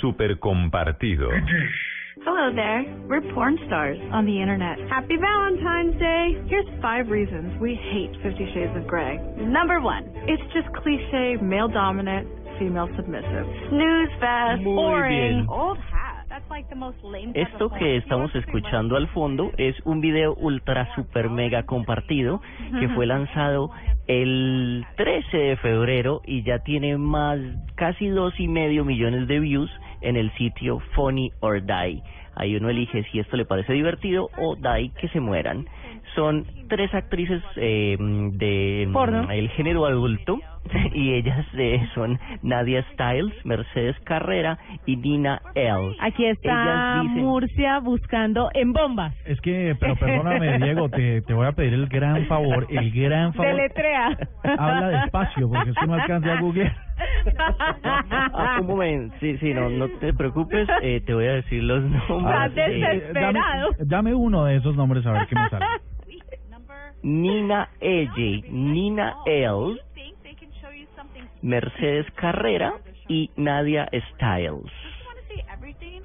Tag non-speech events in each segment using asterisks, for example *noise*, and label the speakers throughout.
Speaker 1: super
Speaker 2: *laughs*
Speaker 1: compartido.
Speaker 3: Hello there. We're porn stars on the internet. Happy Valentine's Day. Here's five reasons we hate Fifty Shades of Grey. Number one, it's just cliche male dominant, female submissive. Snooze fest,
Speaker 4: Muy
Speaker 3: boring,
Speaker 4: bien.
Speaker 3: old hat. That's like the most lame. type
Speaker 4: Esto
Speaker 3: of porn.
Speaker 4: que
Speaker 3: You want
Speaker 4: estamos
Speaker 3: to see my-
Speaker 4: escuchando al fondo es un video ultra super mega compartido que fue lanzado el 13 de febrero y ya tiene más casi dos y medio millones de views en el sitio Funny or Die. Ahí uno elige si esto le parece divertido o die que se mueran. Son tres actrices eh, de mm,
Speaker 3: Porno.
Speaker 4: el género adulto *laughs* y ellas eh, son Nadia Styles, Mercedes Carrera y Nina L.
Speaker 5: Aquí está
Speaker 4: Pues, Ellas dicen-
Speaker 5: Murcia buscando en bombas.
Speaker 2: Es que, pero
Speaker 5: *laughs*
Speaker 2: perdóname, Diego, te, te voy a pedir el gran favor, el gran favor.
Speaker 5: Deletrea.
Speaker 2: Habla despacio, porque eso no alcanza
Speaker 5: *laughs*
Speaker 2: a googlear.
Speaker 4: Ah, un momento, sí, sí, no, no te preocupes, eh, te voy a decir los
Speaker 5: Ah,
Speaker 4: nombres. Eh,
Speaker 5: desde-
Speaker 2: Eh, dame,
Speaker 5: Desesperado.
Speaker 2: dame uno de esos nombres a ver qué me sale.
Speaker 4: Nina Elley, Nina L, Mercedes Carrera y Nadia Styles.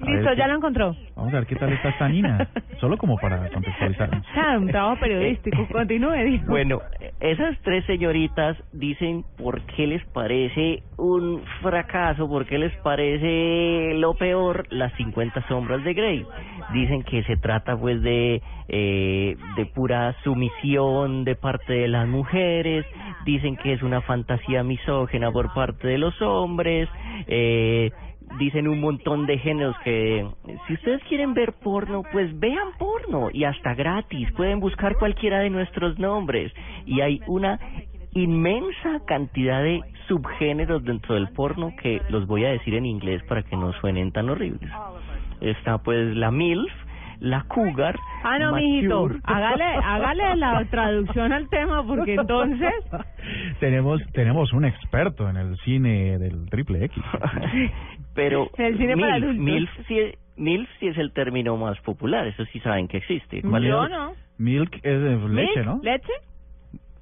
Speaker 5: Listo, ya lo encontró.
Speaker 2: Vamos a ver qué tal está esta Nina, solo como para
Speaker 5: *laughs*
Speaker 2: contextualizarnos.
Speaker 5: Claro, un trabajo periodístico.
Speaker 4: *laughs*
Speaker 5: Continúe, dijo.
Speaker 4: Eh, Bueno, esas tres señoritas dicen por qué les parece un fracaso, por qué les parece lo peor las 50 sombras de Grey. Dicen que se trata pues de, eh, de pura sumisión de parte de las mujeres, dicen que es una fantasía misógena por parte de los hombres, eh, dicen un montón de géneros que si ustedes quieren ver porno, pues vean porno y hasta gratis, pueden buscar cualquiera de nuestros nombres y hay una inmensa cantidad de subgéneros dentro del porno que los voy a decir en inglés para que no suenen tan horribles. Está pues la MILF, la Cougar,
Speaker 5: Ah, no, mijito.
Speaker 4: mature.
Speaker 5: Hágale, hágale la traducción al tema, porque entonces.
Speaker 2: tenemos tenemos un experto en el cine del triple X.
Speaker 4: *laughs* Pero
Speaker 5: El cine para
Speaker 4: MILF,
Speaker 5: adultos.
Speaker 4: MILF, sí, es- MILF sí es el término más popular, eso sí saben que existe. ¿Cuál es?
Speaker 5: Yo no.
Speaker 2: Milk es de leche,
Speaker 5: ¿Milk?
Speaker 2: ¿no?
Speaker 5: ¿Leche?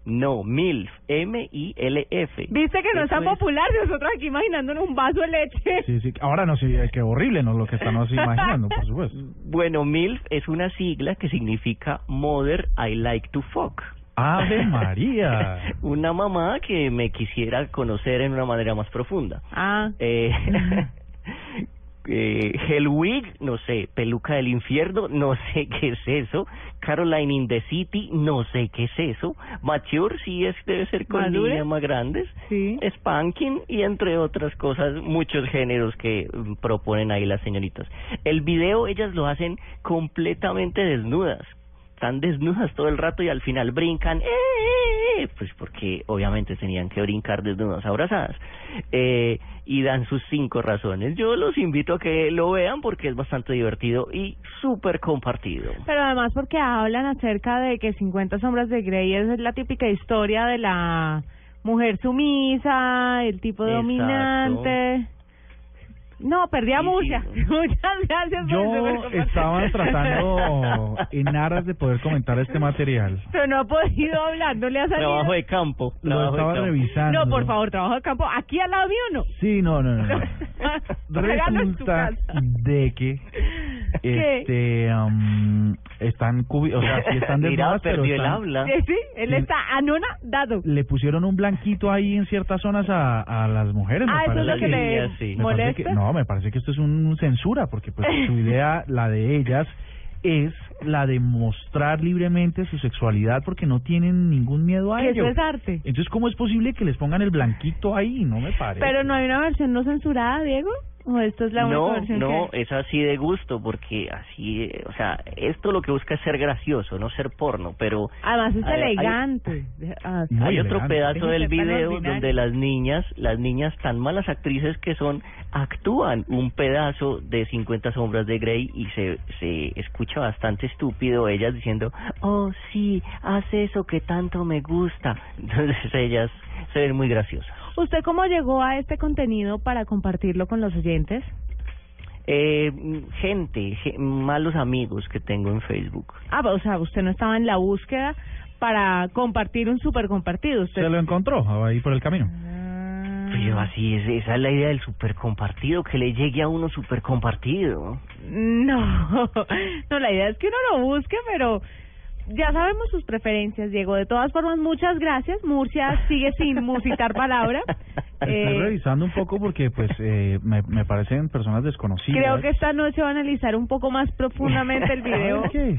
Speaker 4: No, MILF, M-I-L-F.
Speaker 5: Viste que no es tan
Speaker 4: Eso es-
Speaker 5: popular. Nosotros aquí imaginándonos un vaso de leche.
Speaker 2: Sí, sí. Ahora no, sí, es que horrible, ¿no? Lo que estamos imaginando, por supuesto.
Speaker 4: Bueno, MILF es una sigla que significa Mother I Like to Fuck. *laughs*
Speaker 2: ¡Ave María!
Speaker 4: Una mamá que me quisiera conocer en una manera más profunda.
Speaker 5: Ah.
Speaker 4: Eh,
Speaker 2: Mm.
Speaker 4: *laughs* eh, Hellwig, no sé, Peluca del Infierno, no sé qué es eso. Caroline in the City, no sé qué es eso. Mature, sí, es, debe ser con
Speaker 5: ¿Madure?
Speaker 4: niñas más grandes.
Speaker 5: Sí.
Speaker 4: Spanking y entre otras cosas, muchos géneros que mm, proponen ahí las señoritas. El video ellas lo hacen completamente desnudas. Están desnudas todo el rato y al final brincan. ¡eh, eh, eh! Pues porque obviamente tenían que brincar desnudas abrazadas. Eh, y dan sus cinco razones. Yo los invito a que lo vean porque es bastante divertido y súper compartido.
Speaker 5: Pero además porque hablan acerca de que 50 sombras de Grey es la típica historia de la mujer sumisa, el tipo
Speaker 4: Exacto.
Speaker 5: dominante. No, perdí a
Speaker 4: Sí,
Speaker 5: Murcia.
Speaker 4: sí.
Speaker 5: *laughs* Muchas gracias por
Speaker 2: Yo
Speaker 5: el supercompacto.
Speaker 2: estaba tratando en aras de poder comentar este material.
Speaker 5: Pero no ha podido hablar, no le ha salido.
Speaker 4: Trabajo de campo.
Speaker 2: Lo
Speaker 4: trabajo de
Speaker 2: estaba
Speaker 4: campo.
Speaker 2: revisando.
Speaker 5: no, por favor, trabajo de campo. Aquí al lado mío no. *laughs*
Speaker 2: Sí, no, no, no. no.
Speaker 5: Hágalo en tu
Speaker 2: Resulta
Speaker 5: casa.
Speaker 2: de que
Speaker 5: *laughs* ¿Qué?
Speaker 2: este am, están cubi o sea, sí
Speaker 4: *laughs*
Speaker 2: están
Speaker 4: Mira,
Speaker 2: desnudas, pero
Speaker 4: perdió el
Speaker 2: están-
Speaker 4: habla.
Speaker 5: Sí, sí, él está anonadado.
Speaker 2: le pusieron un blanquito ahí en ciertas zonas a, a las mujeres.
Speaker 5: Ah,
Speaker 2: me
Speaker 5: eso es lo
Speaker 2: parece
Speaker 5: que
Speaker 4: le-
Speaker 5: te
Speaker 4: Sí, sí.
Speaker 2: me parece que-
Speaker 5: molesta.
Speaker 2: no, me parece que esto es un censura, porque pues
Speaker 5: *laughs*
Speaker 2: su idea, la de ellas, es la de mostrar libremente su sexualidad porque no tienen ningún miedo a
Speaker 5: Que
Speaker 2: ello.
Speaker 5: eso es arte.
Speaker 2: Entonces, ¿cómo es posible que les pongan el blanquito ahí? No me parece.
Speaker 5: Pero no hay una versión no censurada, Diego. ¿O esta es la
Speaker 4: no,
Speaker 5: única versión?
Speaker 4: no, eh,
Speaker 5: que
Speaker 4: es así de gusto, porque así, eh, o sea, esto lo que busca es ser gracioso, no ser porno, pero...
Speaker 5: Además es
Speaker 4: hay- hay-
Speaker 5: elegante. Ah, sí.
Speaker 2: Muy
Speaker 4: Hay otro
Speaker 2: elegante.
Speaker 4: pedazo
Speaker 5: Déjense
Speaker 4: del
Speaker 5: estar los
Speaker 4: video
Speaker 5: binarios.
Speaker 4: donde las niñas, las niñas tan malas actrices que son, actúan un pedazo de 50 sombras de Grey y se, se escucha bastante estúpido ellas diciendo, oh sí, haz eso que tanto me gusta. Entonces ellas se ven muy graciosas.
Speaker 5: ¿Usted cómo llegó a este contenido para compartirlo con los oyentes?
Speaker 4: Eh, gente, ge- malos amigos que tengo en Facebook.
Speaker 5: Ah, o sea, usted no estaba en la búsqueda para compartir un super compartido. Usted...
Speaker 2: Se lo encontró ahí por el camino.
Speaker 5: Ah,
Speaker 4: Pero así es, esa es la idea del super compartido, que le llegue a uno super compartido.
Speaker 5: No, *laughs* no, la idea es que uno lo busque, pero ya sabemos sus preferencias, Diego. De todas formas, muchas gracias. Murcia sigue
Speaker 4: *laughs*
Speaker 5: sin musitar palabra.
Speaker 2: Estoy
Speaker 5: Eh,
Speaker 2: revisando un poco porque
Speaker 5: *laughs*
Speaker 2: pues eh, me, me parecen personas desconocidas.
Speaker 5: creo que esta noche va a analizar un poco más
Speaker 4: *laughs*
Speaker 5: profundamente *laughs* el video.
Speaker 2: ¿Por qué?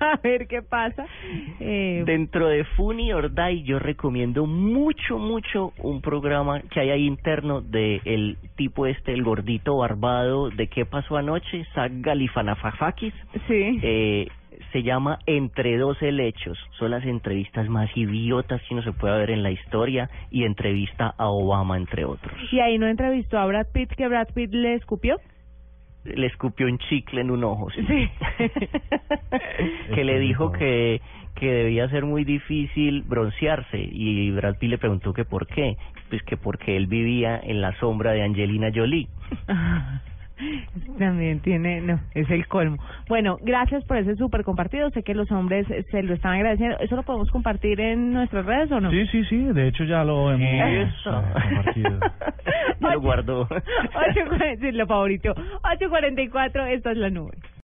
Speaker 5: A ver qué pasa. Eh,
Speaker 4: Dentro de Funi Orday yo recomiendo mucho, mucho un programa que hay ahí interno de el tipo este, el gordito barbado de ¿Qué pasó anoche? Zach Galifanafakis.
Speaker 5: sí.
Speaker 4: Eh, se llama Entre dos helechos. Son las entrevistas más idiotas que uno se puede ver en la historia y entrevista a Obama, entre otros.
Speaker 5: Y ahí no entrevistó a Brad Pitt, que Brad Pitt le escupió.
Speaker 4: Le escupió un chicle en un ojo. sí.
Speaker 5: Sí.
Speaker 4: *laughs* que le dijo que, que debía ser muy difícil broncearse y Brad Pitt le preguntó que por qué. Pues que porque él vivía en la sombra de Angelina Jolie.
Speaker 5: *laughs* También tiene, no, es el colmo. Bueno, gracias por ese súper compartido. Sé que los hombres eh, se lo están agradeciendo. ¿Eso lo podemos compartir en nuestras redes o no? *laughs*
Speaker 2: Sí, sí, sí, de hecho ya lo hemos
Speaker 4: Eso.
Speaker 2: eh, compartido.
Speaker 4: Me lo guardó.
Speaker 5: Ocho cuarenta- sí, lo favorito. 8.44, esta es la nube.